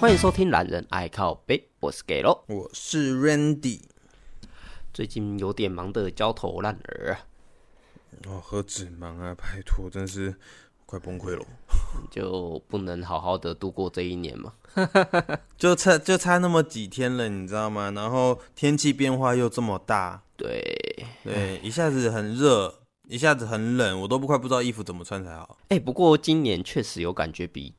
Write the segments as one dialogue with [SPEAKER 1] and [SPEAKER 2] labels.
[SPEAKER 1] 欢迎收听《懒人爱靠背》，我是 g a l o
[SPEAKER 2] 我是 Randy。
[SPEAKER 1] 最近有点忙得焦头烂额啊，
[SPEAKER 2] 哦，何止忙啊！拜托，真是快崩溃了。
[SPEAKER 1] 就不能好好的度过这一年嘛。
[SPEAKER 2] 就差就差那么几天了，你知道吗？然后天气变化又这么大，
[SPEAKER 1] 对，
[SPEAKER 2] 对，一下子很热，一下子很冷，我都不快不知道衣服怎么穿才好。
[SPEAKER 1] 哎、不过今年确实有感觉比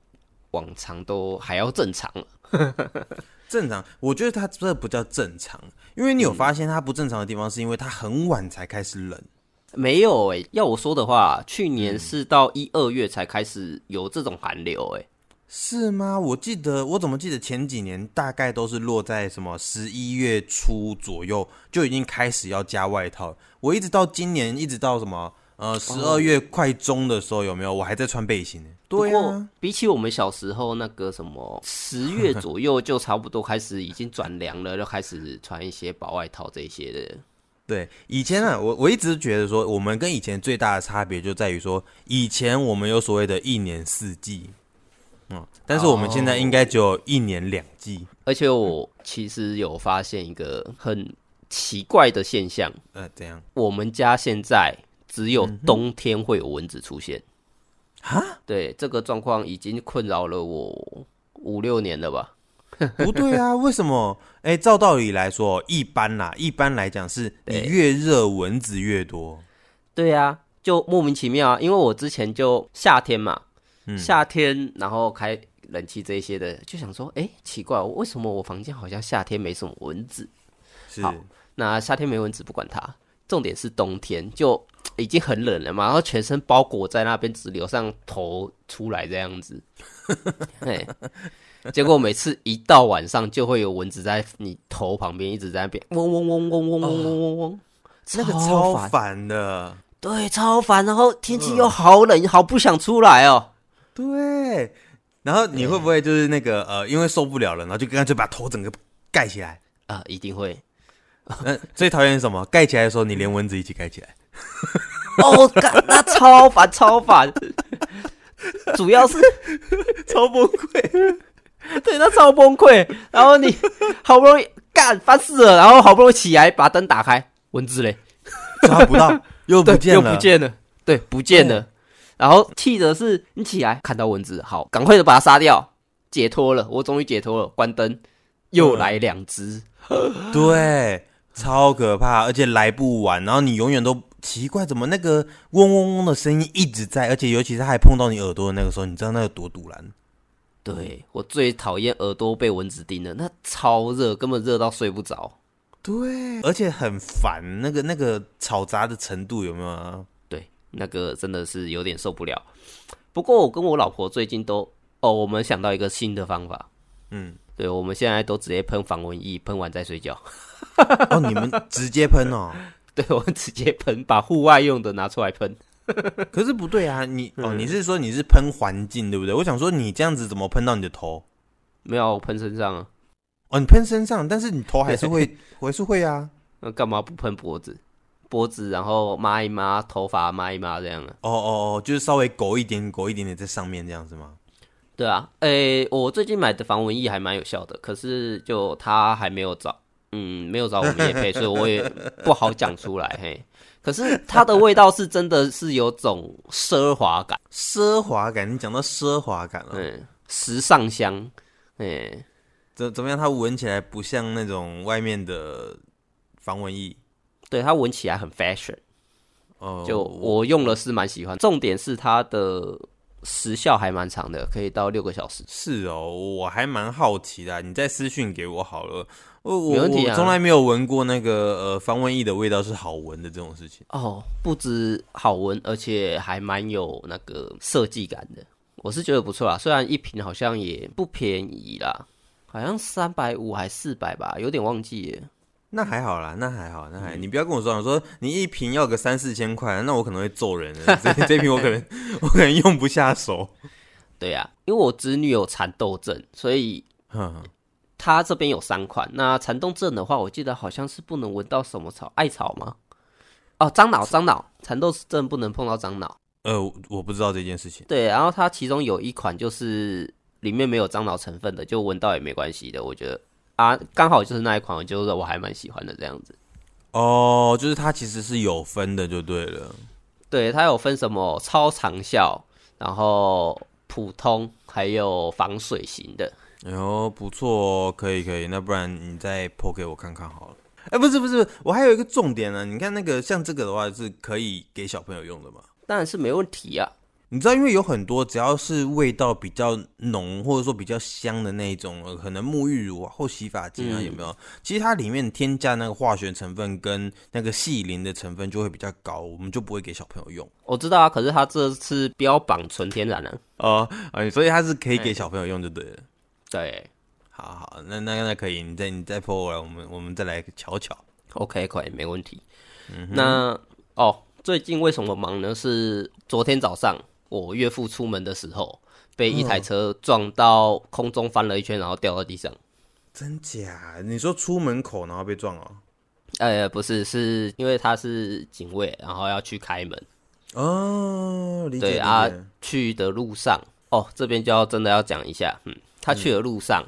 [SPEAKER 1] 往常都还要正常啊了。
[SPEAKER 2] 正常，我觉得它这不叫正常，因为你有发现它不正常的地方，是因为它很晚才开始冷。
[SPEAKER 1] 没有哎、要我说的话，去年是到一二月才开始有这种寒流哎、
[SPEAKER 2] 是吗？我记得，我怎么记得前几年大概都是落在什么十一月初左右就已经开始要加外套。我一直到今年，一直到什么呃十二月快中的时候，有没有？我还在穿背心呢。
[SPEAKER 1] 哦
[SPEAKER 2] 对
[SPEAKER 1] 不
[SPEAKER 2] 啊
[SPEAKER 1] 过，比起我们小时候那个什么十月左右就差不多开始已经转凉了，就开始穿一些薄外套这一些的。
[SPEAKER 2] 对，以前啊，我我一直觉得说，我们跟以前最大的差别就在于说，以前我们有所谓的一年四季，嗯，但是我们
[SPEAKER 1] 哦
[SPEAKER 2] 现在应该只有一年两季。
[SPEAKER 1] 而且我其实有发现一个很奇怪的现象，
[SPEAKER 2] 呃，怎样？
[SPEAKER 1] 我们家现在只有冬天会有蚊子出现。
[SPEAKER 2] 啊？
[SPEAKER 1] 对，这个状况已经困扰了我五六年了吧？
[SPEAKER 2] 不对啊，为什么？哎、照道理来说，一般啦，一般来讲是
[SPEAKER 1] 对
[SPEAKER 2] 你越热蚊子越多。
[SPEAKER 1] 对啊，就莫名其妙啊，因为我之前就夏天嘛，
[SPEAKER 2] 嗯
[SPEAKER 1] 夏天然后开冷气这一些的，就想说，哎、奇怪，为什么我房间好像夏天没什么蚊子？
[SPEAKER 2] 是
[SPEAKER 1] 好那夏天没蚊子不管它，重点是冬天就已经很冷了嘛，然后全身包裹在那边，只留上头出来这样 子。嘿，结果每次一到晚上就会有蚊子在你头旁边一直在那边嗡嗡嗡嗡嗡嗡嗡嗡嗡，
[SPEAKER 2] 那个
[SPEAKER 1] 哦超嗯
[SPEAKER 2] 超烦的。
[SPEAKER 1] 对，超烦。然后天气又好冷，好不想出来哦。
[SPEAKER 2] 对，然后你会不会就是那个呃，因为受不了了，然后就干脆把头整个盖起 来？
[SPEAKER 1] 啊，一定会
[SPEAKER 2] 嗯、最讨厌是什么？盖起来的时候，你连蚊子一起盖起 来。
[SPEAKER 1] 哦，干那超烦，超烦。主要是
[SPEAKER 2] 超崩溃，
[SPEAKER 1] 对，那超崩溃。然后你好不容易干烦死了，然后好不容易起来把灯打开，蚊子嘞，
[SPEAKER 2] 抓不到，又不
[SPEAKER 1] 对，
[SPEAKER 2] 见
[SPEAKER 1] 又
[SPEAKER 2] 了，
[SPEAKER 1] 不见了，对，不见了。然后气的是你起来看到蚊子，好，赶快的把它杀掉，解脱了，我终于解脱了，关灯，又来两只，
[SPEAKER 2] 对，超可怕，而且来不完，然后你永远都奇怪，怎么那个嗡嗡嗡的声音一直在，而且尤其是它还碰到你耳朵的那个时候，你知道那有多堵然？
[SPEAKER 1] 对我最讨厌耳朵被蚊子叮了，那超热，根本热到睡不着。
[SPEAKER 2] 对，而且很烦，那个那个吵杂的程度有没有啊？
[SPEAKER 1] 对，那个真的是有点受不了。不过我跟我老婆最近都哦，我们想到一个新的方法，
[SPEAKER 2] 嗯，
[SPEAKER 1] 对，我们现在都直接喷防蚊液，喷完再睡觉。
[SPEAKER 2] 哦，你们直接喷哦，
[SPEAKER 1] 对，我们直接喷，把户外用的拿出来喷。
[SPEAKER 2] 可是不对啊，你哦，你是说你是喷环境对不对？我想说你这样子怎么喷到你的头？
[SPEAKER 1] 没有喷身上啊，
[SPEAKER 2] 哦，你喷身上，但是你头还是会， 还是会啊。
[SPEAKER 1] 那干嘛不喷脖子？脖子然后抹一抹，头发抹一抹这样啊？
[SPEAKER 2] 哦哦哦，就是稍微勾一点，勾一点点在上面这样子吗？
[SPEAKER 1] 对啊，诶、我最近买的防蚊液还蛮有效的，可是就它还没有找，嗯，没有找我们也配，所以我也不好讲出来嘿。可是它的味道是真的是有种奢华感，
[SPEAKER 2] 奢华感，你讲到奢华感哦了，
[SPEAKER 1] 嗯，时尚香，哎、
[SPEAKER 2] 怎怎么样？它闻起来不像那种外面的防蚊液
[SPEAKER 1] 对，它闻起来很 fashion。
[SPEAKER 2] 哦。
[SPEAKER 1] 就我用了是蛮喜欢，重点是它的时效还蛮长的，可以到六个小时。
[SPEAKER 2] 是哦，我还蛮好奇的啊、你再私讯给我好了。我
[SPEAKER 1] 没
[SPEAKER 2] 我、
[SPEAKER 1] 问题啊
[SPEAKER 2] 我从来没有闻过那个呃防蚊液的味道是好闻的这种事情。
[SPEAKER 1] 哦，不止好闻，而且还蛮有那个设计感的，我是觉得不错啦。虽然一瓶好像也不便宜啦，好像三百五还四百吧，有点忘记耶。
[SPEAKER 2] 那还好啦，那还好，那还
[SPEAKER 1] 嗯
[SPEAKER 2] 好你不要跟我说，我说你一瓶要个三四千块，那我可能会揍人的。这 这瓶我可能我可能用不下手。
[SPEAKER 1] 对呀、因为我侄女有蚕豆症，所以
[SPEAKER 2] 哼，
[SPEAKER 1] 她这边有三款。那蚕豆症的话，我记得好像是不能闻到什么草，艾草吗？哦，樟脑，樟脑，蚕豆症不能碰到樟脑。
[SPEAKER 2] 呃，我我不知道这件事情。
[SPEAKER 1] 对，然后它其中有一款就是里面没有樟脑成分的，就闻到也没关系的。我觉得啊，刚好就是那一款，就是我还蛮喜欢的这样子。
[SPEAKER 2] 哦，就是它其实是有分的，就对了。
[SPEAKER 1] 对，它有分什么超长效，然后普通，还有防水型的。
[SPEAKER 2] 哎呦，不错哦，可以可以，那不然你再剖给我看看好了。哎，不是不是，我还有一个重点呢、啊你看那个像这个的话是可以给小朋友用的嘛？
[SPEAKER 1] 当然是没问题啊。
[SPEAKER 2] 你知道，因为有很多只要是味道比较浓或者说比较香的那一种，呃可能沐浴乳啊或洗发精啊，有没有？其实它里面添加那个化学成分跟那个细磷的成分就会比较高，我们就不会给小朋友用。
[SPEAKER 1] 我知道啊，可是它这次标榜纯天然啊。
[SPEAKER 2] 哦，哎，所以它是可以给小朋友用就对了。
[SPEAKER 1] 对
[SPEAKER 2] 好好，那那那可以，你再你再泼我来，我们我们再来瞧瞧。
[SPEAKER 1] ，OK，可以，没问题。那哦，最近为什么忙呢？是昨天早上我岳父出门的时候，被一台车撞到空中翻了一圈，然后掉到地上。
[SPEAKER 2] 真假？你说出门口然后被撞哦？
[SPEAKER 1] 呃，不是，是因为他是警卫，然后要去开门。
[SPEAKER 2] 哦，理解理
[SPEAKER 1] 对
[SPEAKER 2] 解。
[SPEAKER 1] 啊，去的路上哦，这边就要真的要讲一下，嗯，他去的路上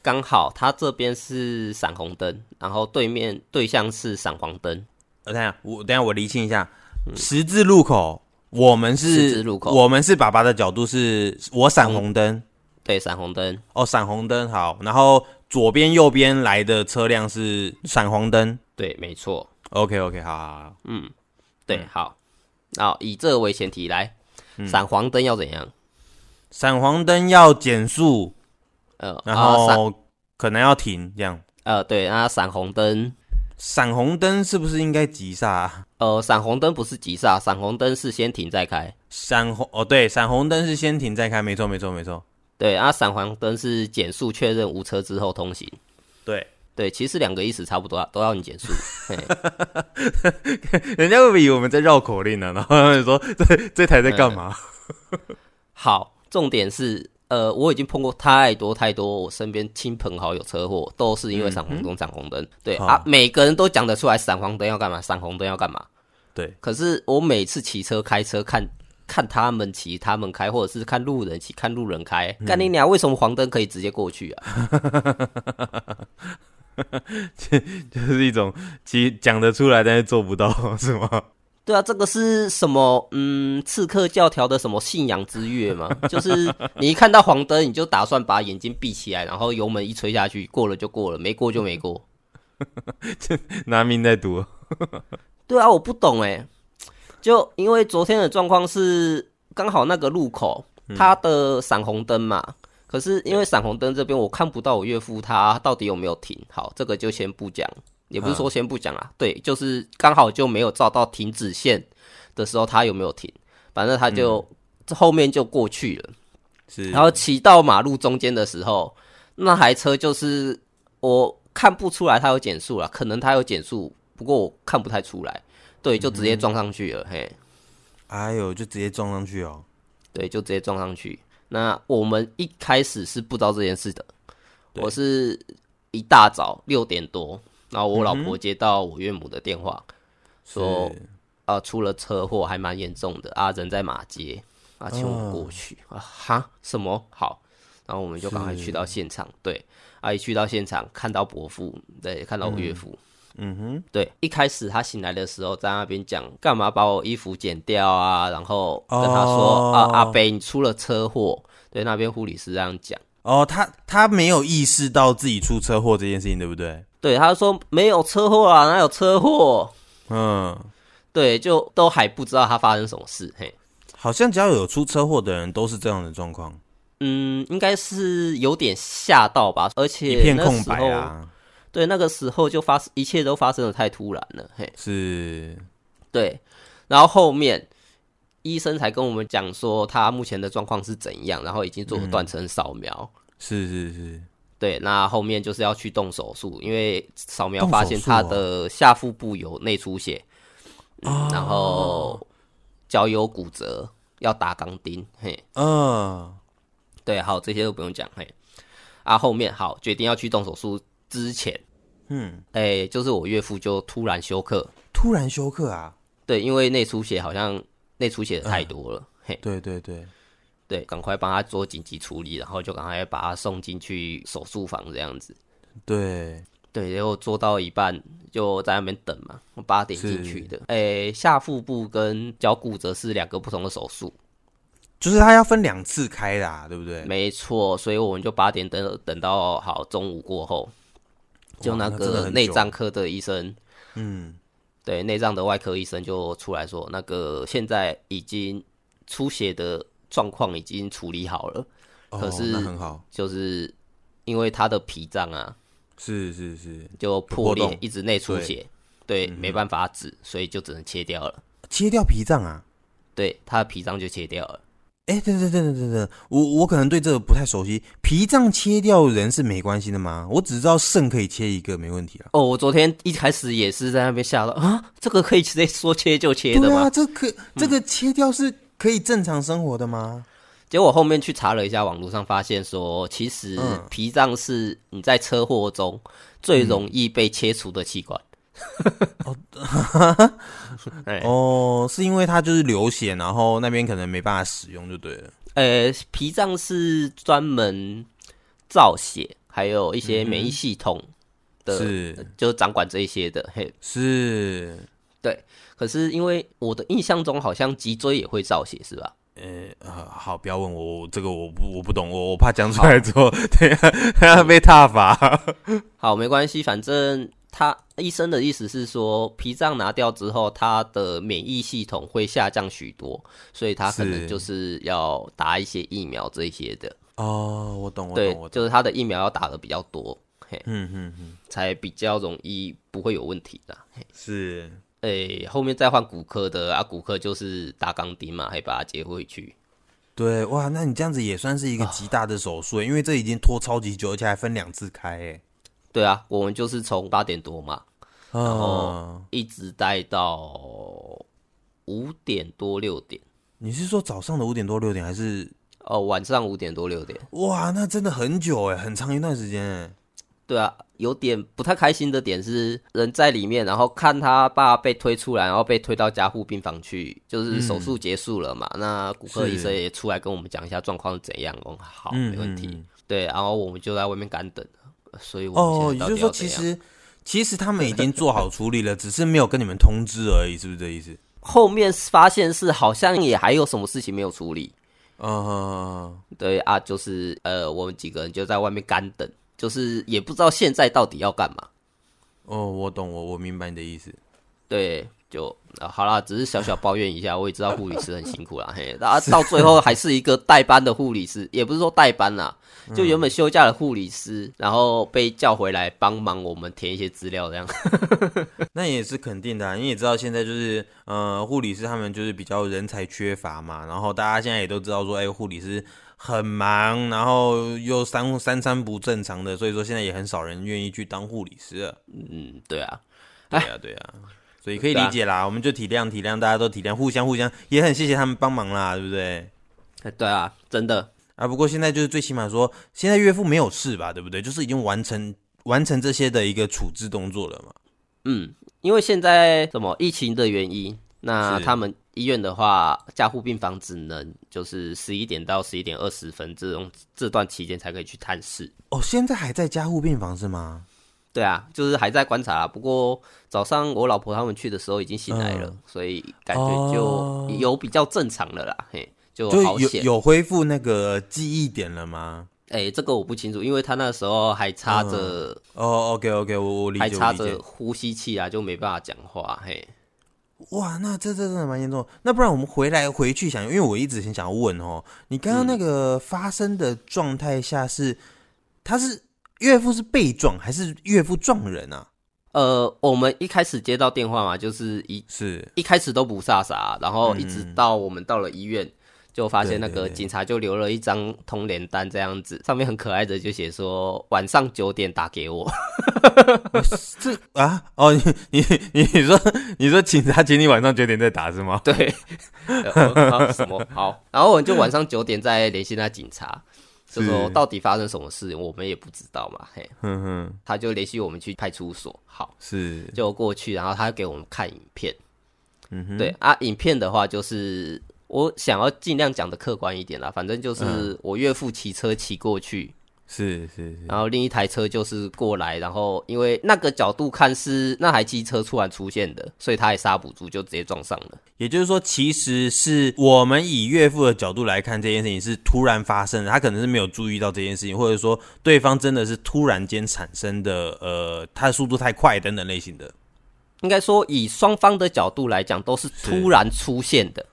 [SPEAKER 1] 刚、好他这边是闪红灯，然后对面对象是闪黄灯，
[SPEAKER 2] 呃，等一下我等一下我厘清一下，十字路口，我们是
[SPEAKER 1] 十字路口
[SPEAKER 2] 我们是爸爸的角度是，我闪红灯、
[SPEAKER 1] 对，闪红灯，
[SPEAKER 2] 哦，闪红灯好，然后左边右边来的车辆是闪黄灯。
[SPEAKER 1] 对，没错，
[SPEAKER 2] OK OK，好好好，
[SPEAKER 1] 对，
[SPEAKER 2] 嗯
[SPEAKER 1] 好，那以这为前提来，闪黄灯要怎样？
[SPEAKER 2] 闪黄灯要减速，
[SPEAKER 1] 呃，
[SPEAKER 2] 然
[SPEAKER 1] 啊闪
[SPEAKER 2] 后可能要停这样。
[SPEAKER 1] 呃，对，那闪红灯，
[SPEAKER 2] 闪红灯是不是应该急刹、啊？
[SPEAKER 1] 呃，闪红灯不是急刹，闪红灯是先停再开，
[SPEAKER 2] 闪红哦，对，闪红灯是先停再开，没错没错没错，
[SPEAKER 1] 对，啊，闪黄灯是减速确认无车之后通行。
[SPEAKER 2] 对，
[SPEAKER 1] 对，其实两个意思差不多啊，都要你减速。 嘿
[SPEAKER 2] 人家会不会以为我们在绕口令呢、然后他们说 这这台在干嘛？
[SPEAKER 1] 好，重点是，呃，我已经碰过太多太多我身边亲朋好友车祸，都是因为闪红灯、闪红灯。对
[SPEAKER 2] 嗯好
[SPEAKER 1] 啊，每个人都讲得出来闪黄灯要干嘛，闪红灯要干嘛。
[SPEAKER 2] 哎对，
[SPEAKER 1] 可是我每次骑车、开车看。看他们骑，他们开，或者是看路人骑，看路人开。干你娘！为什么黄灯可以直接过去啊？
[SPEAKER 2] 就是一种其实讲得出来，但是做不到， 是吗？
[SPEAKER 1] 对啊，这个是什么？嗯，刺客教条的什么信仰之跃吗？就是你一看到黄灯，你就打算把眼睛闭起来，然后油门一吹下去，过了就过了，没过就没过。
[SPEAKER 2] 拿命在赌。
[SPEAKER 1] 对啊，我不懂哎，就因为昨天的状况是刚好那个路口它的闪红灯嘛，可是因为闪红灯这边我看不到我岳父他到底有没有停，好，这个就先不讲，也不是说先不讲啊，对，就是刚好就没有照到停止线的时候他有没有停，反正他就、这后面就过去了。
[SPEAKER 2] 是，
[SPEAKER 1] 然后骑到马路中间的时候，那台车就是我看不出来它有减速了，可能它有减速，不过我看不太出来。对，就直接撞上去
[SPEAKER 2] 嗯
[SPEAKER 1] 了，嘿，
[SPEAKER 2] 哎呦，就直接撞上去哦。
[SPEAKER 1] 对，就直接撞上去。那我们一开始是不知道这件事的，
[SPEAKER 2] 对
[SPEAKER 1] 我是一大早六点多，然后
[SPEAKER 2] 嗯
[SPEAKER 1] 我老婆接到我岳母的电话，说
[SPEAKER 2] 是
[SPEAKER 1] 啊、出了车祸，还蛮严重的啊，人在马街啊，
[SPEAKER 2] 嗯
[SPEAKER 1] 请我们过去、啊，哈，什么好？然后我们就赶快去到现场，对，啊，一去到现场看到伯父，对，看到我岳父，
[SPEAKER 2] 嗯哼，
[SPEAKER 1] 对，一开始他醒来的时候在那边讲，干嘛把我衣服剪掉啊？然后跟他说、
[SPEAKER 2] 哦
[SPEAKER 1] 啊，阿北，你出了车祸，对，那边护理师这样讲。
[SPEAKER 2] 哦，他他没有意识到自己出车祸这件事情，对不对？
[SPEAKER 1] 对，他说没有车祸啊，哪有车祸？
[SPEAKER 2] 嗯，
[SPEAKER 1] 对，就都还不知道他发生什么事。嘿，
[SPEAKER 2] 好像只要有出车祸的人，都是这样的状况，
[SPEAKER 1] 嗯，应该是有点吓到吧，而且
[SPEAKER 2] 一片
[SPEAKER 1] 那时
[SPEAKER 2] 空白
[SPEAKER 1] 候
[SPEAKER 2] 啊。
[SPEAKER 1] 对，那个时候就发，一切都发生的太突然了。嘿，
[SPEAKER 2] 是，
[SPEAKER 1] 对，然后后面医生才跟我们讲说他目前的状况是怎样，然后已经做了断层扫描。
[SPEAKER 2] 嗯是是是，
[SPEAKER 1] 对，那后面就是要去动手术，因为扫描
[SPEAKER 2] 动
[SPEAKER 1] 发
[SPEAKER 2] 手
[SPEAKER 1] 现
[SPEAKER 2] 术
[SPEAKER 1] 他
[SPEAKER 2] 哦
[SPEAKER 1] 的下腹部有内出血，嗯然后
[SPEAKER 2] 哦
[SPEAKER 1] 脚有骨折，要打钢钉。嘿，
[SPEAKER 2] 嗯，
[SPEAKER 1] 对，好，这些都不用讲。嘿，啊，后面好，决定要去动手术之前，
[SPEAKER 2] 嗯，
[SPEAKER 1] 哎、就是我岳父就突然休克，
[SPEAKER 2] 突然休克啊，
[SPEAKER 1] 对，因为内出血好像内出血的太多了。嘿，
[SPEAKER 2] 对对对，
[SPEAKER 1] 对，赶快帮他做紧急处理，然后就赶快把他送进去手术房这样子。
[SPEAKER 2] 对，
[SPEAKER 1] 对，然后做到一半就在那边等嘛，我八点进去的。诶、下腹部跟脚骨折是两个不同的手术，
[SPEAKER 2] 就是他要分两次开啦，对不对？
[SPEAKER 1] 没错，所以我们就八点等等到好中午过后，就那
[SPEAKER 2] 那真的
[SPEAKER 1] 个
[SPEAKER 2] 很
[SPEAKER 1] 内
[SPEAKER 2] 久
[SPEAKER 1] 脏科的医生，
[SPEAKER 2] 嗯，
[SPEAKER 1] 对内脏的外科医生就出来说，那个现在已经出血的状况已经处理好了，
[SPEAKER 2] 哦
[SPEAKER 1] 可是
[SPEAKER 2] 那很好，
[SPEAKER 1] 就是因为他的脾脏啊
[SPEAKER 2] 是是是，
[SPEAKER 1] 就
[SPEAKER 2] 破
[SPEAKER 1] 破裂
[SPEAKER 2] 洞，
[SPEAKER 1] 一直内出血，对，
[SPEAKER 2] 嗯
[SPEAKER 1] 没办法止，所以就只能切掉了。
[SPEAKER 2] 切掉脾脏啊。
[SPEAKER 1] 对，他的脾脏就切掉了。
[SPEAKER 2] 哎，等等等等等等，我我可能对这个不太熟悉。脾脏切掉人是没关系的吗？我只知道肾可以切一个，没问题啊。
[SPEAKER 1] 哦，我昨天一开始也是在那边吓到啊，这个可以直接说切就切的嗯
[SPEAKER 2] 对
[SPEAKER 1] 吗？
[SPEAKER 2] 啊，这可这个切掉是可以正常生活的吗？
[SPEAKER 1] 结果后面去查了一下，网络上发现说，其实
[SPEAKER 2] 嗯
[SPEAKER 1] 脾脏是你在车祸中最容易被切除的器官。 哎
[SPEAKER 2] 哦，是因为它就是流血，然后那边可能没办法使用就对了。
[SPEAKER 1] 呃，脾脏是专门造血，还有一些免疫系统的，
[SPEAKER 2] 嗯是
[SPEAKER 1] 就是掌管这一些的。嘿，
[SPEAKER 2] 是，
[SPEAKER 1] 可是因为我的印象中好像脊椎也会造血，是吧？
[SPEAKER 2] 呃，啊好，不要问我，我这个我不我不懂，我我怕讲出来之 后，等一下等一下被踏伐。
[SPEAKER 1] 好，没关系，反正他医生的意思是说，脾脏拿掉之后，他的免疫系统会下降许多，所以他可能
[SPEAKER 2] 是
[SPEAKER 1] 就是要打一些疫苗这一些的，
[SPEAKER 2] 哦，我懂，我
[SPEAKER 1] 对
[SPEAKER 2] 懂，我，懂。
[SPEAKER 1] 就是他的疫苗要打的比较多，嘿，
[SPEAKER 2] 嗯嗯嗯，
[SPEAKER 1] 才比较容易不会有问题啦。
[SPEAKER 2] 是
[SPEAKER 1] 诶、后面再换骨科的啊，骨科就是打钢钉嘛，还把它接回去。
[SPEAKER 2] 对哇，那你这样子也算是一个极大的手术，因为这已经拖超级久，而且还分两次开，哎，
[SPEAKER 1] 对啊，我们就是从八点多嘛，
[SPEAKER 2] 哦，
[SPEAKER 1] 一直待到五点多六点，
[SPEAKER 2] 你是说早上的五点多六点，还是
[SPEAKER 1] 哦，晚上五点多六点。
[SPEAKER 2] 哇？那真的很久哎，很长一段时间哎。
[SPEAKER 1] 对啊，有点不太开心的点是人在里面，然后看他爸被推出来，然后被推到加护病房去，就是手术结束了嘛。那骨科
[SPEAKER 2] 嗯是
[SPEAKER 1] 医生也出来跟我们讲一下状况是怎样。哦，好，
[SPEAKER 2] 嗯
[SPEAKER 1] 没问题。
[SPEAKER 2] 嗯嗯
[SPEAKER 1] 对，然后我们就在外面干等，所以我
[SPEAKER 2] 哦，
[SPEAKER 1] 们
[SPEAKER 2] 也
[SPEAKER 1] 现在到
[SPEAKER 2] 就
[SPEAKER 1] 底
[SPEAKER 2] 是
[SPEAKER 1] 要怎
[SPEAKER 2] 说，其
[SPEAKER 1] 样？
[SPEAKER 2] 实其实他们已经做好处 理了，只是没有跟你们通知而已，是不是这意思？
[SPEAKER 1] 后面发现是好像也还有什么事情没有处理。
[SPEAKER 2] 嗯，
[SPEAKER 1] 对啊，就是呃，我们几个人就在外面干等，就是也不知道现在到底要干嘛。
[SPEAKER 2] 哦，我懂，我我明白你的意思。
[SPEAKER 1] 对，就、啊好啦，只是小小抱怨一下，我也知道护理师很辛苦啦，嘿，啊，到最后还是一个代班的护理师，也不是说代班啦，就原本休假的护理师，然后被叫回来帮忙我们填一些资料，这样。
[SPEAKER 2] 那也是肯定的啊、因为你知道现在就是，呃，护理师他们就是比较人才缺乏嘛，然后大家现在也都知道说，哎、护理师很忙，然后又三三餐不正常的，所以说现在也很少人愿意去当护理师了。
[SPEAKER 1] 嗯，对啊，
[SPEAKER 2] 对啊，对啊，所以可以理解啦，我们就体谅体谅，大家都体谅，互相互相，也很谢谢他们帮忙啦，对不对？
[SPEAKER 1] 哎对啊，真的，
[SPEAKER 2] 啊，不过现在就是最起码说，现在岳父没有事吧，对不对？就是已经完成完成这些的一个处置动作了嘛。
[SPEAKER 1] 嗯，因为现在什么疫情的原因，那
[SPEAKER 2] 是
[SPEAKER 1] 他们医院的话，加护病房只能就是十一点到十一点二十分这种这段期间才可以去探视。
[SPEAKER 2] 哦，现在还在加护病房是吗？
[SPEAKER 1] 对啊，就是还在观察啦。不过早上我老婆他们去的时候已经醒来了，所以感觉就
[SPEAKER 2] 嗯哦
[SPEAKER 1] 有比较正常了啦。嘿，就
[SPEAKER 2] 就
[SPEAKER 1] 好
[SPEAKER 2] 有
[SPEAKER 1] 险。
[SPEAKER 2] 有恢复那个记忆点了吗？
[SPEAKER 1] 哎、这个我不清楚，因为他那时候还插着、
[SPEAKER 2] 哦，OK OK，我我理
[SPEAKER 1] 还
[SPEAKER 2] 解，
[SPEAKER 1] 插
[SPEAKER 2] 我理
[SPEAKER 1] 着
[SPEAKER 2] 解。
[SPEAKER 1] 呼吸器啊，就没办法讲话。嘿，
[SPEAKER 2] 哇，那这这真的蛮严重的。那不然我们回来回去想，因为我一直很想问哦，你刚
[SPEAKER 1] 嗯
[SPEAKER 2] 刚那个发生的状态下是，他是岳父是被撞还是岳父撞人啊？
[SPEAKER 1] 呃，我们一开始接到电话嘛，就是一
[SPEAKER 2] 是
[SPEAKER 1] 一开始都不飒飒，然后一直到我们到了医院，就发现那
[SPEAKER 2] 对
[SPEAKER 1] 个
[SPEAKER 2] 嗯对对
[SPEAKER 1] 警察就留了一张通联单，这样子上面很可爱的就写说晚上九点打给我。
[SPEAKER 2] 这哦啊哦，你你你你说你说警察请你晚上九点再打是吗？
[SPEAKER 1] 对，呃好什么好？然后我们就晚上九点再联系那警察，就是说到底发生什么事，我们也不知道嘛。嘿，
[SPEAKER 2] 哼哼，
[SPEAKER 1] 他就联系我们去派出所，好，
[SPEAKER 2] 是，
[SPEAKER 1] 就过去，然后他给我们看影片。
[SPEAKER 2] 嗯哼，
[SPEAKER 1] 对啊，影片的话就是我想要尽量讲的客观一点啦，反正
[SPEAKER 2] 嗯
[SPEAKER 1] 就是我岳父骑车骑过去，
[SPEAKER 2] 是是是，
[SPEAKER 1] 然后另一台车就是过来，然后因为那个角度看是那台机车突然出现的，所以他也刹不住，就直接撞上了。
[SPEAKER 2] 也就是说，其实是我们以岳父的角度来看这件事情是突然发生的，他可能是没有注意到这件事情，或者说对方真的是突然间产生的，呃，他的速度太快等等类型的。
[SPEAKER 1] 应该说以双方的角度来讲，都是突然出现的。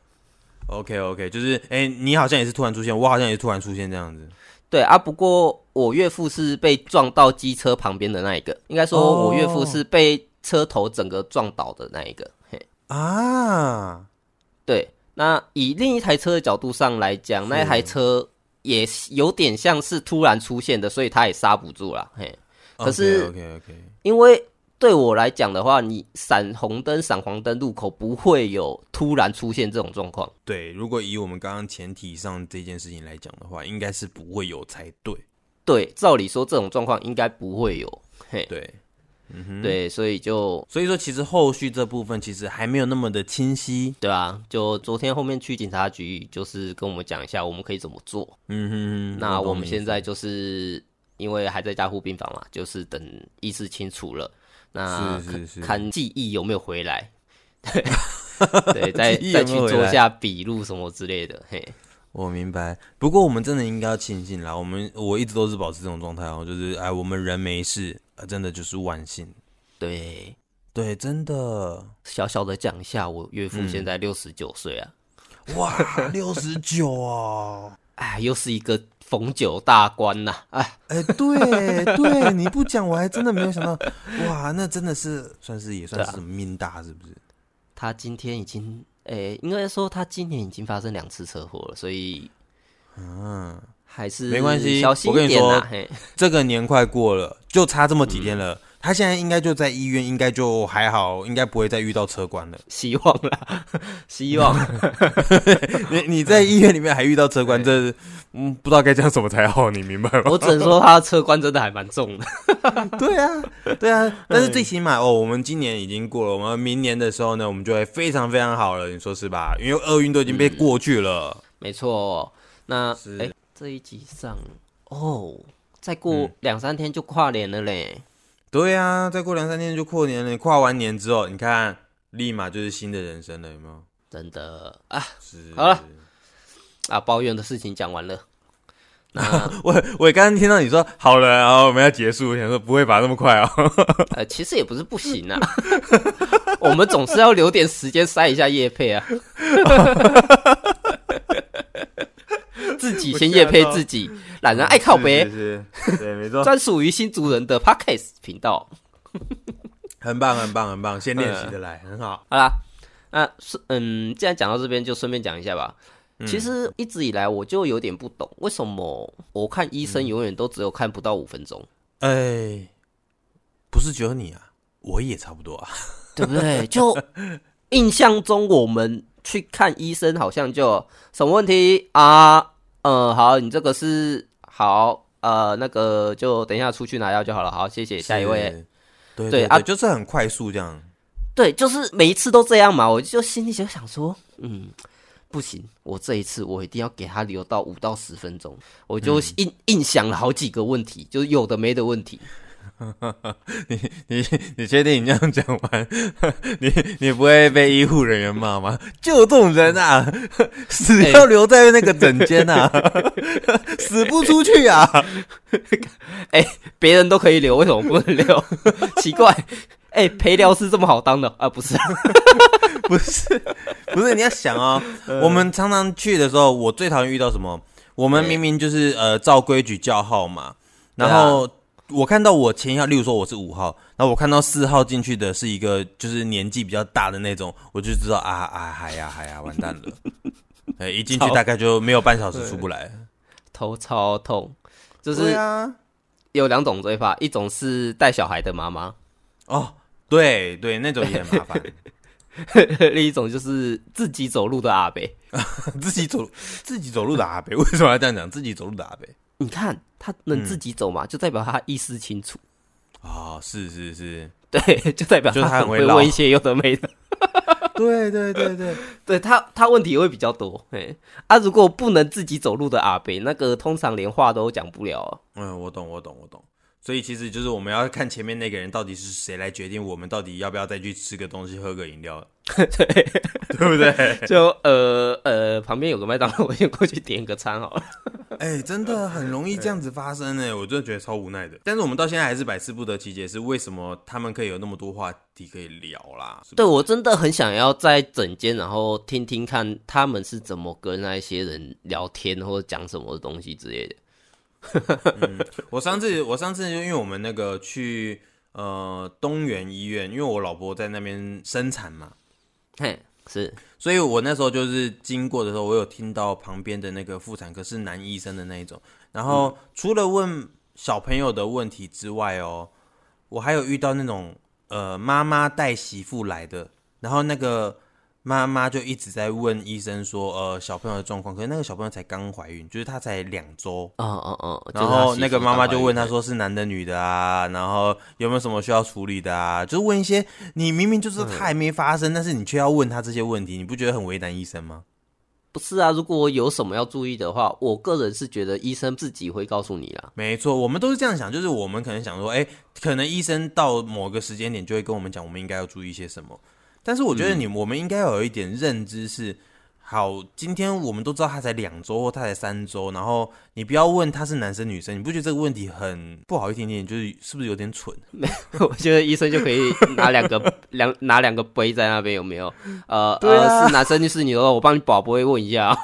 [SPEAKER 2] OK OK，就是哎、你好像也是突然出现，我好像也是突然出现这样子。
[SPEAKER 1] 对啊，不过我岳父是被撞到机车旁边的那一个，应该说我岳父
[SPEAKER 2] 哦
[SPEAKER 1] 是被车头整个撞倒的那一个。嘿，
[SPEAKER 2] 啊，
[SPEAKER 1] 对，那以另一台车的角度上来讲，那一台车也有点像是突然出现的，所以他也刹不住了。嘿，可是
[SPEAKER 2] OK OK，
[SPEAKER 1] 因为对我来讲的话，你闪红灯、闪黄灯路口不会有突然出现这种状况。
[SPEAKER 2] 对，如果以我们刚刚前提上这件事情来讲的话，应该是不会有才对。
[SPEAKER 1] 对，照理说这种状况应该不会有。嘿，
[SPEAKER 2] 对，嗯
[SPEAKER 1] 对，所以就
[SPEAKER 2] 所以说其实后续这部分其实还没有那么的清晰。
[SPEAKER 1] 对啊，就昨天后面去警察局，就是跟我们讲一下我们可以怎么做。
[SPEAKER 2] 嗯哼哼，
[SPEAKER 1] 那我们
[SPEAKER 2] 懂你
[SPEAKER 1] 现在就是因为还在加护病房嘛，就是等意识清楚了，那
[SPEAKER 2] 是
[SPEAKER 1] 看
[SPEAKER 2] 是是
[SPEAKER 1] 看记忆有没有回来， 对，对，再
[SPEAKER 2] 记忆
[SPEAKER 1] 再
[SPEAKER 2] 有
[SPEAKER 1] 去
[SPEAKER 2] 没有回
[SPEAKER 1] 做
[SPEAKER 2] 来
[SPEAKER 1] 下笔录什么之类的。嘿，
[SPEAKER 2] 我明白，不过我们真的应该要庆幸啦。我们我一直都是保持这种状态哦，就是哎，我们人没事，啊、真的就是万幸。
[SPEAKER 1] 对，
[SPEAKER 2] 对，真的，
[SPEAKER 1] 小小的讲一下，我岳父
[SPEAKER 2] 嗯
[SPEAKER 1] 现在六十九岁啊，
[SPEAKER 2] 哇，六十九哦，
[SPEAKER 1] 哎，又是一个逢九大关呐、哎，
[SPEAKER 2] 哎，对对，你不讲我还真的没有想到，哇，那真的是算是也算是什么命大是不是？
[SPEAKER 1] 他今天已经，哎、应该说他今年已经发生两次车祸了，所以
[SPEAKER 2] 嗯，
[SPEAKER 1] 还是
[SPEAKER 2] 没关系
[SPEAKER 1] 小心
[SPEAKER 2] 我跟
[SPEAKER 1] 一
[SPEAKER 2] 你
[SPEAKER 1] 点啦、
[SPEAKER 2] 说
[SPEAKER 1] 嘿，
[SPEAKER 2] 这个年快过了，就差这么几天了。他现在应该就在医院，应该就还好，应该不会再遇到车关了。
[SPEAKER 1] 希望啦， 希望。
[SPEAKER 2] 你你在医院里面还遇到车关，这嗯不知道该讲什么才好，你明白吗？
[SPEAKER 1] 我只能说他的车关真的还蛮重的。
[SPEAKER 2] 对啊，对 啊，但是最起码哦，我们今年已经过了，我们明年的时候呢，我们就会非常非常好了，你说是吧？因为厄运都已经被过去了，
[SPEAKER 1] 没错，哦那
[SPEAKER 2] 是
[SPEAKER 1] 哎、这一集上哦，再
[SPEAKER 2] 嗯
[SPEAKER 1] 过两三天就跨年了嘞。
[SPEAKER 2] 对啊，再过两三天就过年了，你跨完年之后，你看立马就是新的人生了，有没有？
[SPEAKER 1] 真的啊
[SPEAKER 2] 是
[SPEAKER 1] 好了，啊！抱怨的事情讲完了，
[SPEAKER 2] 我我刚刚听到你说好了，然后我们要结束，我想说不会吧，那么快 哦。
[SPEAKER 1] 呃，其实也不是不行啊， 我们总是要留点时间塞一下叶配 啊，自己先叶配自己，懒人爱靠
[SPEAKER 2] 嗯是
[SPEAKER 1] 北，
[SPEAKER 2] 是是对，没 错，
[SPEAKER 1] 专属于新族人的 Podcast 频道。
[SPEAKER 2] 很棒，很棒，很棒，先练习的来，很好。
[SPEAKER 1] 好啦，那是嗯，既然讲到这边，就顺便讲一下吧。
[SPEAKER 2] 嗯
[SPEAKER 1] 其实一直以来我就有点不懂，为什么我看医
[SPEAKER 2] 嗯
[SPEAKER 1] 生永远都只有看不到五分钟，
[SPEAKER 2] 哎，不是只有你啊，我也差不多 啊。
[SPEAKER 1] 对不对？就印象中我们去看医生好像就什么问题啊？呃，好，你这个是好，呃，那个就等一下出去拿药就好了。好，谢谢，下一位。
[SPEAKER 2] 是，对
[SPEAKER 1] 对
[SPEAKER 2] 对
[SPEAKER 1] 啊
[SPEAKER 2] 啊，就是很快速这样。
[SPEAKER 1] 对，就是每一次都这样嘛，我就心里就想说，嗯，不行，我这一次我一定要给他留到五到十分钟，我就硬、硬想了好几个问题，就是有的没的问题。
[SPEAKER 2] 你你你确定你这样讲完， 你你不会被医护人员骂 吗？就这种人啊， 死要留在那个诊间啊， 死不出去啊！
[SPEAKER 1] 别人都可以留，为什么不能留？ 奇怪，哎、陪聊师这么好当的啊？不是啊，
[SPEAKER 2] 不是 不是，你要想哦，我们常常去的时候，我最讨厌遇到什么？我们明明就是呃照规矩叫号码，然后。我看到我前一号，例如说我是五号，然后我看到四号进去的是一个就是年纪比较大的那种，我就知道啊啊，嗨呀嗨呀，完蛋 了！哎、一进去大概就没有半小时出不来。
[SPEAKER 1] 头超痛，就是
[SPEAKER 2] 对啊，
[SPEAKER 1] 有两种最怕，一种是带小孩的妈妈，
[SPEAKER 2] 哦，对对，那种也很麻烦，
[SPEAKER 1] 另一种就是自己走路的阿伯。
[SPEAKER 2] 自己走自己走路的阿 北，为什么要这样讲？自己走路的阿北
[SPEAKER 1] 你看他能
[SPEAKER 2] 嗯
[SPEAKER 1] 自己走嘛，就代表他意识清楚。
[SPEAKER 2] 哦，是是是，
[SPEAKER 1] 对，就代表
[SPEAKER 2] 就是
[SPEAKER 1] 他
[SPEAKER 2] 他
[SPEAKER 1] 很
[SPEAKER 2] 很
[SPEAKER 1] 会
[SPEAKER 2] 会唠
[SPEAKER 1] 问一些有的没的。
[SPEAKER 2] 对对对对，
[SPEAKER 1] 对他，他问题会比较多。嘿，啊，如果不能自己走路的阿北，那个通常连话都讲不了、啊。
[SPEAKER 2] 嗯，我懂，我懂，我懂。所以其实就是我们要看前面那个人到底是谁来决定我们到底要不要再去吃个东西、喝个饮料，
[SPEAKER 1] 对，
[SPEAKER 2] 对不对？
[SPEAKER 1] 就呃呃，旁边有个麦当劳，我先过去点个餐好了。
[SPEAKER 2] 哎、真的很容易这样子发生哎、我真的觉得超无奈的。但是我们到现在还是百思不得其解，是为什么他们可以有那么多话题可以聊啦？是不
[SPEAKER 1] 对
[SPEAKER 2] 是，
[SPEAKER 1] 我真的很想要在整间，然后听听看他们是怎么跟那一些人聊天，或者讲什么东西之类的。
[SPEAKER 2] 我上次我上次就因为我们那个去呃东园医院，因为我老婆在那边生产嘛，
[SPEAKER 1] 嘿，是
[SPEAKER 2] 所以我那时候就是经过的时候，我有听到旁边的那个妇产科是男医生的那一种。然后除了问小朋友的问题之外哦，我还有遇到那种呃妈妈带媳妇来的，然后那个妈妈就一直在问医生说呃小朋友的状况，可是那个小朋友才刚怀孕，就是她才两周。
[SPEAKER 1] 哦哦哦。
[SPEAKER 2] 然后那个妈妈就问
[SPEAKER 1] 他
[SPEAKER 2] 他说是男的女的啊，然后有没有什么需要处理的啊？就是问一些你明明就是他还没发生，但是你却要问他这些问题，你不觉得很为难医生吗？：“
[SPEAKER 1] 不是啊，如果我有什么要注意的话，我个人是觉得医生自己会告诉你 啦。
[SPEAKER 2] 没错，我们都是这样想，就是我们可能想说，哎，可能医生到某个时间点就会跟我们讲，我们应该要注意些什么。但是我觉得你、我们应该有一点认知是，好，今天我们都知道他才两周或他才三周，然后你不要问他是男生女生，你不觉得这个问题很不好一点点，就是是不是有点蠢？
[SPEAKER 1] 我觉得医生就可以拿两个 两拿两个杯在那边，有没有？呃、
[SPEAKER 2] 对啊
[SPEAKER 1] 呃，是男生就是女的话，我帮你保不会问一下 啊、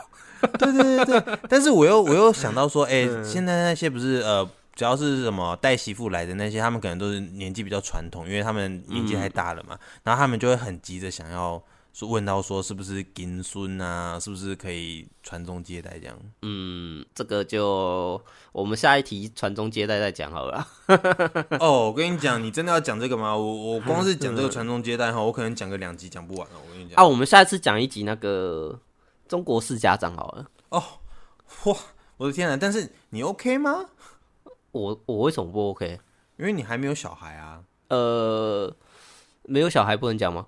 [SPEAKER 2] 对对对对，但是我又我又想到说，哎、现在那些不是呃，只要是什么带媳妇来的那些，他们可能都是年纪比较传统，因为他们年纪太大了嘛，然后他们就会很急着想要说问到说是不是金孙啊，是不是可以传宗接代这样？
[SPEAKER 1] 嗯，这个就我们下一题传宗接代再讲好了啊。
[SPEAKER 2] 哦，我跟你讲，你真的要讲这个吗？我我光是讲这个传宗接代哈，我可能讲个两集讲不完哦。我跟你讲，
[SPEAKER 1] 啊，我们下一次讲一集那个中国式家长好了。
[SPEAKER 2] 哇，我的天啊！但是你 OK 吗？
[SPEAKER 1] 我我为什么不 OK？
[SPEAKER 2] 因为你还没有小孩啊。
[SPEAKER 1] 呃，没有小孩不能讲吗？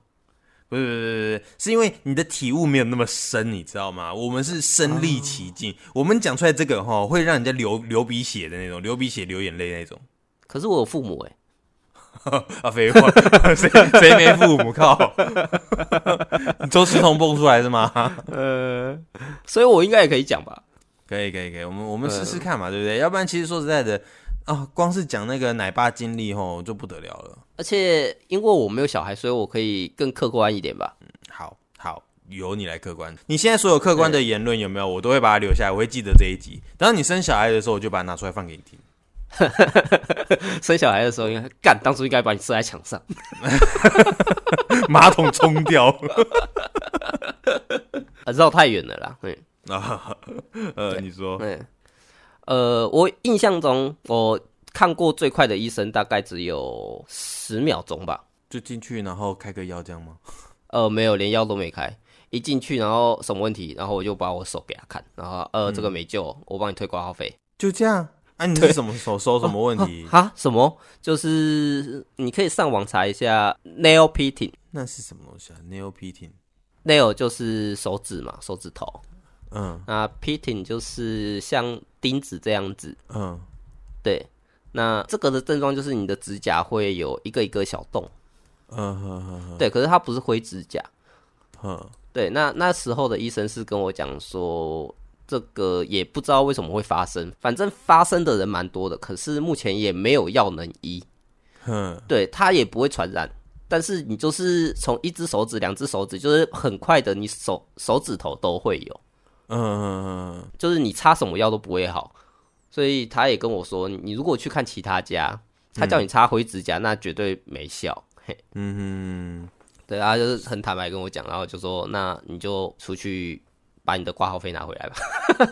[SPEAKER 2] 不是不是不是，是因为你的体悟没有那么深，你知道吗？我们是身历其境，我们讲出来这个哈，会让人家流流鼻血的那种，流鼻血、流眼泪那种。
[SPEAKER 1] 可是我有父母哎、
[SPEAKER 2] 啊，废话，谁谁没父母靠？你周石彤蹦出来是吗？
[SPEAKER 1] 呃，所以我应该也可以讲吧？
[SPEAKER 2] 可以可以可以，我们我们试试看嘛，对不对？要不然其实说实在的啊，光是讲那个奶爸经历吼就不得了了。
[SPEAKER 1] 而且因为我没有小孩，所以我可以更客观一点吧。
[SPEAKER 2] 好好，由你来客观。你现在所有客观的言论有没有，我都会把它留下来，我会记得这一集。等到你生小孩的时候，我就把它拿出来放给你听。
[SPEAKER 1] 生小孩的时候应该干，当初应该把你射在墙上。
[SPEAKER 2] 马桶冲掉
[SPEAKER 1] 啊，绕太远了啦。嗯
[SPEAKER 2] 啊！呃，你说
[SPEAKER 1] 嗯，呃，我印象中我看过最快的医生大概只有十秒钟吧。
[SPEAKER 2] 就进去，然后开个药这样吗？
[SPEAKER 1] 呃，没有，连药都没开。一进去，然后什么问题，然后我就把我手给他看，然后
[SPEAKER 2] 嗯
[SPEAKER 1] 呃，这个没救，我帮你退挂号费。
[SPEAKER 2] 就这样？啊，你是什么手手什么问题？
[SPEAKER 1] 哈？什么？就是你可以上网查一下 nail pitting。
[SPEAKER 2] 那是什么东西啊？Nail pitting？
[SPEAKER 1] nail 就是手指嘛，手指头。
[SPEAKER 2] 嗯
[SPEAKER 1] 那 pitting 就是像钉子这样子。
[SPEAKER 2] 嗯，
[SPEAKER 1] 对，那这个的症状就是你的指甲会有一个一个小洞。
[SPEAKER 2] 嗯哼哼
[SPEAKER 1] 对，可是它不是灰指甲。
[SPEAKER 2] 哼，
[SPEAKER 1] 对，那那时候的医生是跟我讲说，这个也不知道为什么会发生，反正发生的人蛮多的，可是目前也没有药能医，
[SPEAKER 2] 哼，
[SPEAKER 1] 对，它也不会传染。但是你就是从一只手指、两只手指，就是很快的，你手手指头都会有，
[SPEAKER 2] 嗯嗯嗯
[SPEAKER 1] 就是你擦什么药都不会好。所以他也跟我说，你如果去看其他家，他叫你擦灰指甲，那绝对没效。嘿，
[SPEAKER 2] 嗯
[SPEAKER 1] 对，他就是很坦白跟我讲，然后就说，那你就出去把你的挂号费拿回来吧。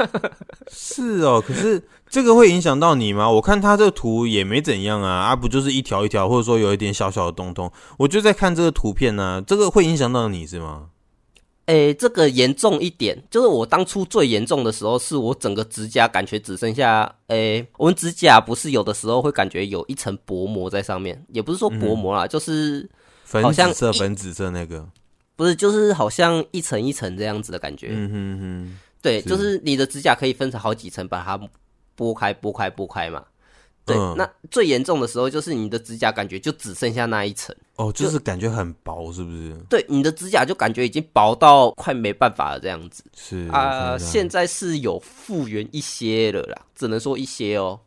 [SPEAKER 2] 哼，是哦。可是这个会影响到你吗？我看他这个图也没怎样啊，啊，不就是一条一条，或者说有一点小小的洞洞。我就在看这个图片呢、这个会影响到你是吗？
[SPEAKER 1] 诶、这个严重一点，就是我当初最严重的时候，是我整个指甲感觉只剩下，诶、我们指甲不是有的时候会感觉有一层
[SPEAKER 2] 嗯
[SPEAKER 1] 薄膜在上面，也不是说薄膜啦，就是
[SPEAKER 2] 粉
[SPEAKER 1] 好像
[SPEAKER 2] 紫色，
[SPEAKER 1] 一
[SPEAKER 2] 粉紫色那个，
[SPEAKER 1] 不是，就是好像一层一层这样子的感觉。
[SPEAKER 2] 嗯哼哼，
[SPEAKER 1] 对，
[SPEAKER 2] 是
[SPEAKER 1] 就是你的指甲可以分成好几层，把它剥开、剥开、剥开嘛。对，
[SPEAKER 2] 嗯
[SPEAKER 1] 那最严重的时候就是你的指甲感觉就只剩下那一层，
[SPEAKER 2] 哦，就是感觉很薄，是不是？
[SPEAKER 1] 对，你的指甲就感觉已经薄到快没办法了这样子啊、
[SPEAKER 2] 是我想想
[SPEAKER 1] 现在是有复原一些了啦，只能说一些哦。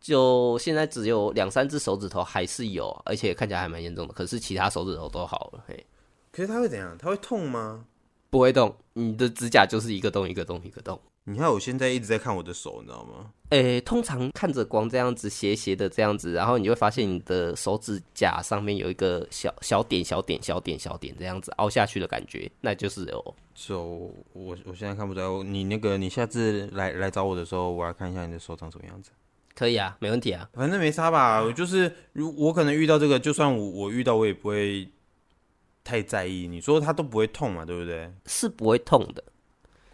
[SPEAKER 1] 就现在只有两三只手指头还是有，而且看起来还蛮严重的，可是其他手指头都好了，嘿，
[SPEAKER 2] 可是它会怎样？它会痛吗？
[SPEAKER 1] 不会动，你的指甲就是一个洞一个洞一个洞。
[SPEAKER 2] 你看我现在一直在看我的手，你知道吗？
[SPEAKER 1] 诶、通常看着光这样子斜斜的这样子，然后你会发现你的手指甲上面有一个小小点、小点、小点、小点这样子凹下去的感觉，那就是有。
[SPEAKER 2] 手，我我现在看不出来。我你那个，你下次来来找我的时候，我来看一下你的手长什么样子。
[SPEAKER 1] 可以啊，没问题啊。
[SPEAKER 2] 反正没差吧，我就是如我可能遇到这个，就算我我遇到，我也不会太在意。你说它都不会痛嘛，对不对？
[SPEAKER 1] 是不会痛的，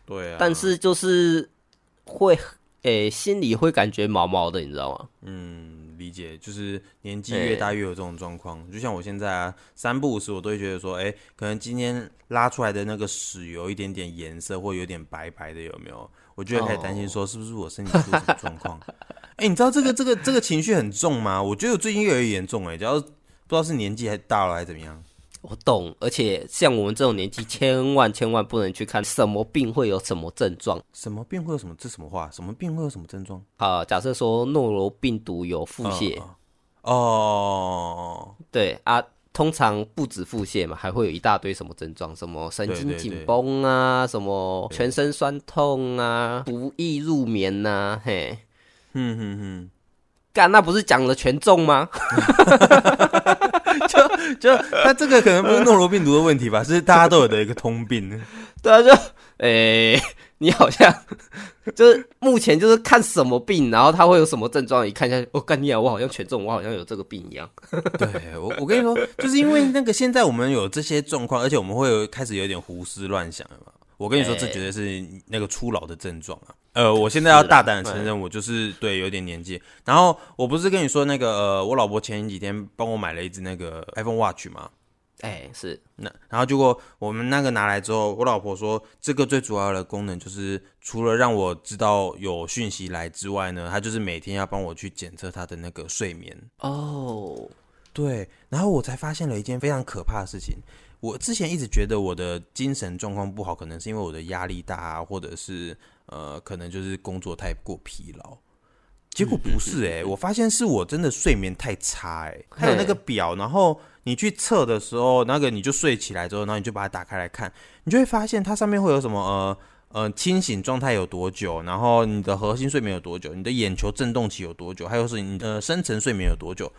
[SPEAKER 2] 对啊。
[SPEAKER 1] 但是就是会，诶、心里会感觉毛毛的，你知道吗？
[SPEAKER 2] 嗯，理解，就是年纪越大越有这种状况。就像我现在啊，三不五时我都会觉得说，哎、可能今天拉出来的那个屎有一点点颜色，或有点白白的，有没有？我就会开始担心说，是不是我身体出什么状况？哎、你知道这个这个这个情绪很重吗？我觉得我最近越来越严重哎、只要不知道是年纪还大了还是怎么样。
[SPEAKER 1] 我懂，而且像我们这种年纪，千万千万不能去看什么病会有什么症状。
[SPEAKER 2] 什么病会有什么？这什么话？什么病会有什么症状？
[SPEAKER 1] 啊、假设说诺如病毒有腹泻，
[SPEAKER 2] 嗯哦，
[SPEAKER 1] 对啊，通常不止腹泻嘛，还会有一大堆什么症状，什么神经紧绷啊，什么全身酸痛啊，不易入眠呐、嘿，
[SPEAKER 2] 嗯哼哼，
[SPEAKER 1] 干那不是讲了全中吗？
[SPEAKER 2] 就那这个可能不是诺如病毒的问题吧，是大家都有的一个通病。
[SPEAKER 1] 对啊，就 诶、 你好像就是目前就是看什么病，然后他会有什么症状，一看下去，哦，干你啊，我好像全中，我好像有这个病一样。
[SPEAKER 2] 对我，我跟你说，就是因为那个现在我们有这些状况，而且我们会有开始有点胡思乱想了嘛。我跟你说，
[SPEAKER 1] 哎
[SPEAKER 2] 这绝对是那个初老的症状啊。呃，我现在要大胆的承认，我就是对有点年纪。然后我不是跟你说那个呃，我老婆前几天帮我买了一只那个 iPhone Watch 嘛，
[SPEAKER 1] 哎、是
[SPEAKER 2] 那然后结果我们那个拿来之后，我老婆说这个最主要的功能就是除了让我知道有讯息来之外呢，她就是每天要帮我去检测她的那个睡眠。
[SPEAKER 1] 哦，
[SPEAKER 2] 对，然后我才发现了一件非常可怕的事情。我之前一直觉得我的精神状况不好，可能是因为我的压力大啊，或者是呃，可能就是工作太过疲劳。结果不是诶、我发现是我真的睡眠太差诶、还有那个表，然后你去测的时候，那个你就睡起来之后，然后你就把它打开来看，你就会发现它上面会有什么呃呃清醒状态有多久，然后你的核心睡眠有多久，你的眼球震动期有多久，还有是你的深层睡眠有多久。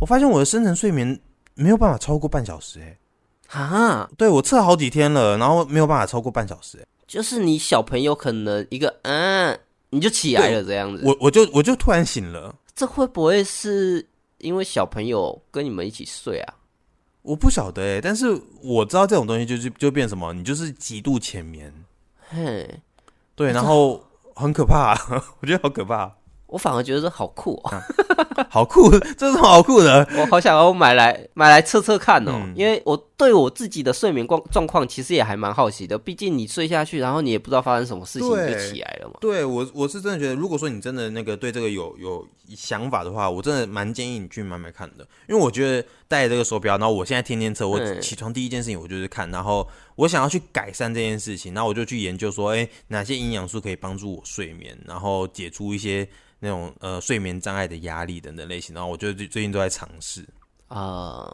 [SPEAKER 2] 我发现我的深层睡眠没有办法超过半小时、欸，
[SPEAKER 1] 哈，
[SPEAKER 2] 对我测好几天了，然后没有办法超过半小时、欸，
[SPEAKER 1] 就是你小朋友可能一个嗯，你就起来了这样子。
[SPEAKER 2] 我我就我就突然醒了，
[SPEAKER 1] 这会不会是因为小朋友跟你们一起睡啊？
[SPEAKER 2] 我不晓得、欸，但是我知道这种东西就是就变什么，你就是极度浅眠，
[SPEAKER 1] 嘿，
[SPEAKER 2] 对，然后很可怕， 我觉得好可怕，
[SPEAKER 1] 我反而觉得这好酷哦，
[SPEAKER 2] 好酷，这是什么好酷的？
[SPEAKER 1] 我好想要买来买来测测看哦，
[SPEAKER 2] 嗯
[SPEAKER 1] 因为我对我自己的睡眠状状况其实也还蛮好奇的，毕竟你睡下去，然后你也不知道发生什么事情，你
[SPEAKER 2] 对
[SPEAKER 1] 就起来了嘛。
[SPEAKER 2] 对我，我是真的觉得，如果说你真的那个对这个有有想法的话，我真的蛮建议你去买买看的，因为我觉得戴这个手表，然后我现在天天测，我
[SPEAKER 1] 嗯
[SPEAKER 2] 起床第一件事情我就是看，然后我想要去改善这件事情，然后我就去研究说，哎、哪些营养素可以帮助我睡眠，然后解除一些那种呃睡眠障碍的压力等等类型，然后我就最最近都在尝试。
[SPEAKER 1] 啊、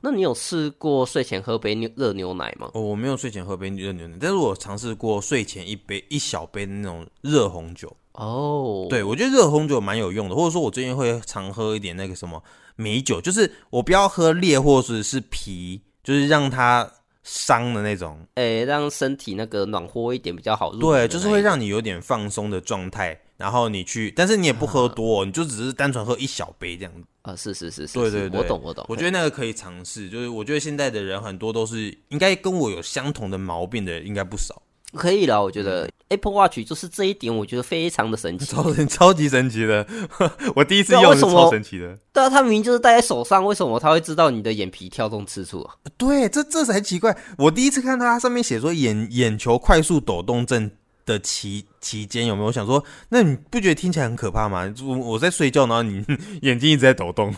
[SPEAKER 1] 那你有试过睡前喝杯牛热牛奶吗？
[SPEAKER 2] 哦，我没有睡前喝杯热牛奶，但是我尝试过睡前一杯一小杯的那种热红酒。
[SPEAKER 1] 哦，，
[SPEAKER 2] 对，我觉得热红酒蛮有用的，或者说我最近会常喝一点那个什么米酒，就是我不要喝烈或者是啤，就是让它伤的那种。
[SPEAKER 1] 诶，哎让身体那个暖和一点比较好入
[SPEAKER 2] 对，
[SPEAKER 1] 眠的那一种。
[SPEAKER 2] 就是会让你有点放松的状态，然后你去，但是你也不喝多哦，你就只是单纯喝一小杯这样子。
[SPEAKER 1] 啊、是是是是
[SPEAKER 2] 对
[SPEAKER 1] 是
[SPEAKER 2] 对对
[SPEAKER 1] 我懂我懂。
[SPEAKER 2] 我觉得那个可以尝试，就是我觉得现在的人很多都是应该跟我有相同的毛病的，应该不少。嗯
[SPEAKER 1] 可以了，我觉得 Apple Watch 就是这一点，我觉得非常的神 奇。
[SPEAKER 2] 超神超级神奇的， 我第一次
[SPEAKER 1] 对啊
[SPEAKER 2] 用
[SPEAKER 1] 为
[SPEAKER 2] 是
[SPEAKER 1] 什么
[SPEAKER 2] 超神奇的。
[SPEAKER 1] 对啊，它明明就是戴在手上，为什么它会知道你的眼皮跳动次数啊？
[SPEAKER 2] 对，这这才奇怪。我第一次看到它上面写说眼眼球快速抖动症的期期间有没有？我想说，那你不觉得听起来很可怕吗？我我在睡觉，然后你 眼睛一直在抖动。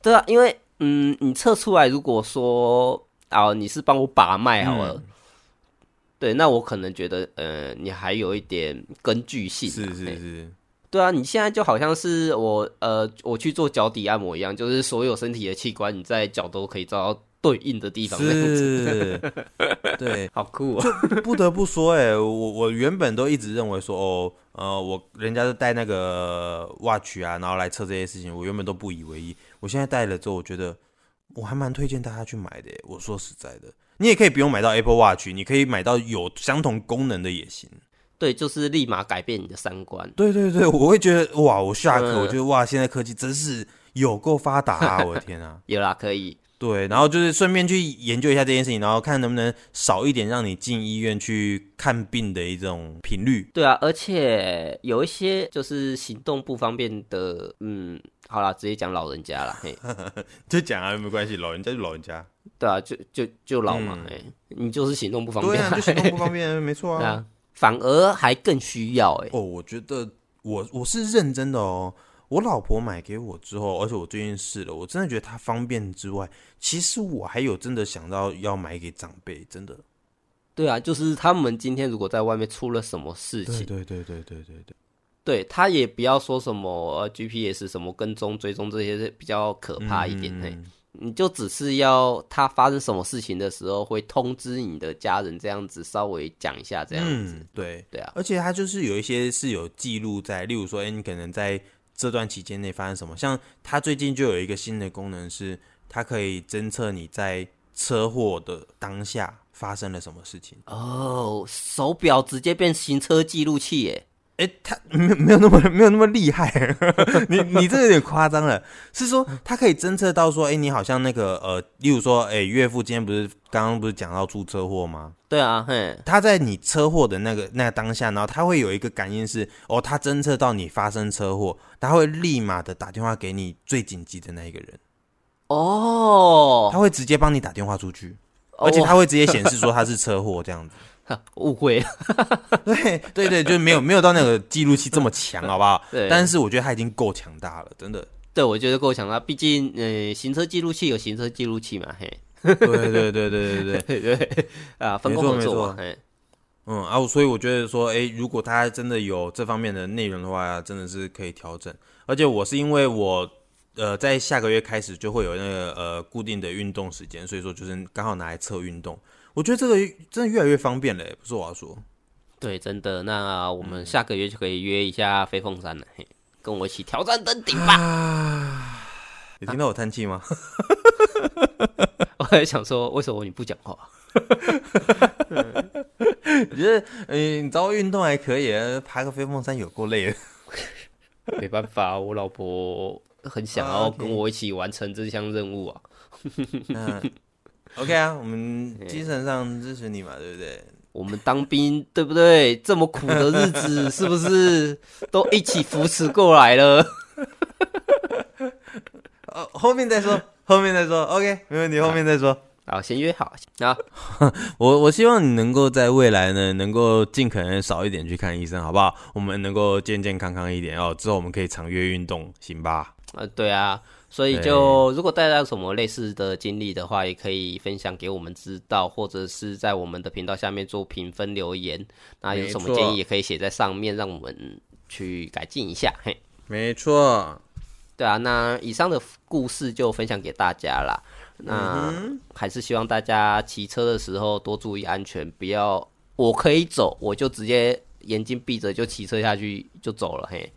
[SPEAKER 1] 对啊，因为嗯，你测出来如果说啊，你是帮我把脉好
[SPEAKER 2] 嗯
[SPEAKER 1] 了，对，那我可能觉得呃，你还有一点根据性、啊。
[SPEAKER 2] 是是
[SPEAKER 1] 嘿
[SPEAKER 2] 是，
[SPEAKER 1] 对啊，你现在就好像是我呃，我去做脚底按摩一样，就是所有身体的器官，你在脚都可以找到对应的地方，那样子
[SPEAKER 2] 是，对，
[SPEAKER 1] 好酷啊！
[SPEAKER 2] 不得不说、哎，我我原本都一直认为说，哦，呃，我人家都带那个 watch 啊，然后来测这些事情，我原本都不以为意。我现在带了之后，我觉得我还蛮推荐大家去买的、哎我说实在的，你也可以不用买到 Apple Watch，你可以买到有相同功能的也行。
[SPEAKER 1] 对，就是立马改变你的三观。
[SPEAKER 2] 对对对，我会觉得哇，我下课，
[SPEAKER 1] 嗯
[SPEAKER 2] 我觉得哇，现在科技真是有够发达啊！我的天 啊！
[SPEAKER 1] 有啦，可以。
[SPEAKER 2] 对，然后就是顺便去研究一下这件事情，然后看能不能少一点让你进医院去看病的一种频率。
[SPEAKER 1] 对啊，而且有一些就是行动不方便的，嗯，好啦，直接讲老人家啦，嘿，
[SPEAKER 2] 就讲啊，没关系，老人家就老人家。
[SPEAKER 1] 对啊，就就就老嘛，嘿，你就是行动不方
[SPEAKER 2] 嗯对
[SPEAKER 1] 便
[SPEAKER 2] 啊，
[SPEAKER 1] 啊，
[SPEAKER 2] 就行动不方便，没 错
[SPEAKER 1] 对
[SPEAKER 2] 啊。
[SPEAKER 1] 啊，反而还更需要哎、
[SPEAKER 2] 哦，我觉得我我是认真的哦。我老婆买给我之后，而且我最近试了，我真的觉得它方便之外，其实我还有真的想到要买给长辈，真的。
[SPEAKER 1] 对啊，就是他们今天如果在外面出了什么事情，
[SPEAKER 2] 对对对对对对。
[SPEAKER 1] 对他也不要说什么、呃、GPS 什么跟踪追踪这些是比较可怕一点，
[SPEAKER 2] 嗯
[SPEAKER 1] 嘿，你就只是要他发生什么事情的时候会通知你的家人，这样子稍微讲一下这样子，
[SPEAKER 2] 嗯，对。
[SPEAKER 1] 对啊，
[SPEAKER 2] 而且它就是有一些是有记录在，例如说，哎、你可能在这段期间内发生什么，像它最近就有一个新的功能是，它可以侦测你在车祸的当下发生了什么事情。
[SPEAKER 1] 哦，手表直接变行车记录器耶！
[SPEAKER 2] 哎、它没有没有那么没有那么厉害， 你你这有点夸张了。是说它可以侦测到说，哎、你好像那个呃，例如说，哎、岳父今天不是刚刚不是讲到出车祸吗？
[SPEAKER 1] 对啊，嘿，
[SPEAKER 2] 他在你车祸的那个那个当下，然后他会有一个感应是，哦，他侦测到你发生车祸，他会立马的打电话给你最紧急的那一个人，
[SPEAKER 1] 哦，
[SPEAKER 2] 他会直接帮你打电话出去，
[SPEAKER 1] 哦
[SPEAKER 2] 而且他会直接显示说他是车祸这样子。
[SPEAKER 1] 误会了，
[SPEAKER 2] 对对对，就是没有没有到那个记录器这么强，好不好？
[SPEAKER 1] 对
[SPEAKER 2] 但是我觉得他已经够强大了，真 的。
[SPEAKER 1] 对我觉得够强了，毕竟呃，行车记录器有行车记录器嘛，嘿，
[SPEAKER 2] 对对对对对对。
[SPEAKER 1] 对对，啊，分工
[SPEAKER 2] 没错
[SPEAKER 1] 合作嘛，
[SPEAKER 2] 没
[SPEAKER 1] 嘿，
[SPEAKER 2] 嗯啊，我所以我觉得说，诶，如果他真的有这方面的内容的话，真的是可以调整。而且我是因为我呃，在下个月开始就会有那个呃固定的运动时间，所以说就是刚好拿来测运动。我觉得这个真的越来越方便了、不是我要说。
[SPEAKER 1] 对，真的，那我们下个月就可以约一下飞凤山了，嘿，跟我一起挑战登顶吧。
[SPEAKER 2] 有听到我叹气吗？
[SPEAKER 1] 我还想说，为什么你不讲话？
[SPEAKER 2] 我觉得，诶，你找我运动还可以，啊爬个飞凤山有够累的。 啊
[SPEAKER 1] 没办法，我老婆很想
[SPEAKER 2] 啊
[SPEAKER 1] 要
[SPEAKER 2] ，OK
[SPEAKER 1] 跟我一起完成这项任务啊。
[SPEAKER 2] 那 OK 啊，我们精神上支持你嘛，对不对？
[SPEAKER 1] 我们当兵对不对？这么苦的日子，是不是都一起扶持过来了？
[SPEAKER 2] 哦，后面再说，后面再说。OK，没问题，后面再说。
[SPEAKER 1] 好，先约好啊！
[SPEAKER 2] 我我希望你能够在未来呢，能够尽可能少一点去看医生，好不好？我们能够健健康康一点哦。之后我们可以常约运动，行吧？
[SPEAKER 1] 呃，对啊，所以就如果大家有什么类似的经历的话，也可以分享给我们知道，或者是在我们的频道下面做评分留言。那有什么
[SPEAKER 2] 没错
[SPEAKER 1] 建议也可以写在上面，让我们去改进一下。嘿，
[SPEAKER 2] 没错，
[SPEAKER 1] 对啊，那以上的故事就分享给大家啦。那、
[SPEAKER 2] 嗯
[SPEAKER 1] 还是希望大家骑车的时候多注意安全，不要我可以走，我就直接眼睛闭着就骑车下去就走了。嘿，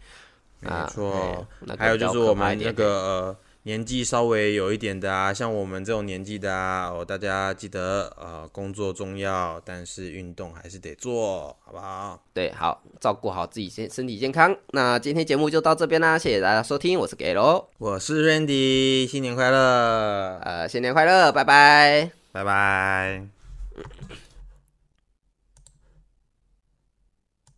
[SPEAKER 2] 没
[SPEAKER 1] 啊
[SPEAKER 2] 错
[SPEAKER 1] 哎。那个
[SPEAKER 2] 还有就是我们
[SPEAKER 1] 比较可怕一点
[SPEAKER 2] 那个呃年纪稍微有一点的啊，像我们这种年纪的啊，哦，大家记得呃工作重要，但是运动还是得做，好不好？
[SPEAKER 1] 对，好，照顾好自己健身体健康。那今天节目就到这边啦，谢谢大家收听，我是给喽，
[SPEAKER 2] 我是 Randy，新年快乐，
[SPEAKER 1] 啊呃，新年快乐，拜拜。
[SPEAKER 2] 拜拜。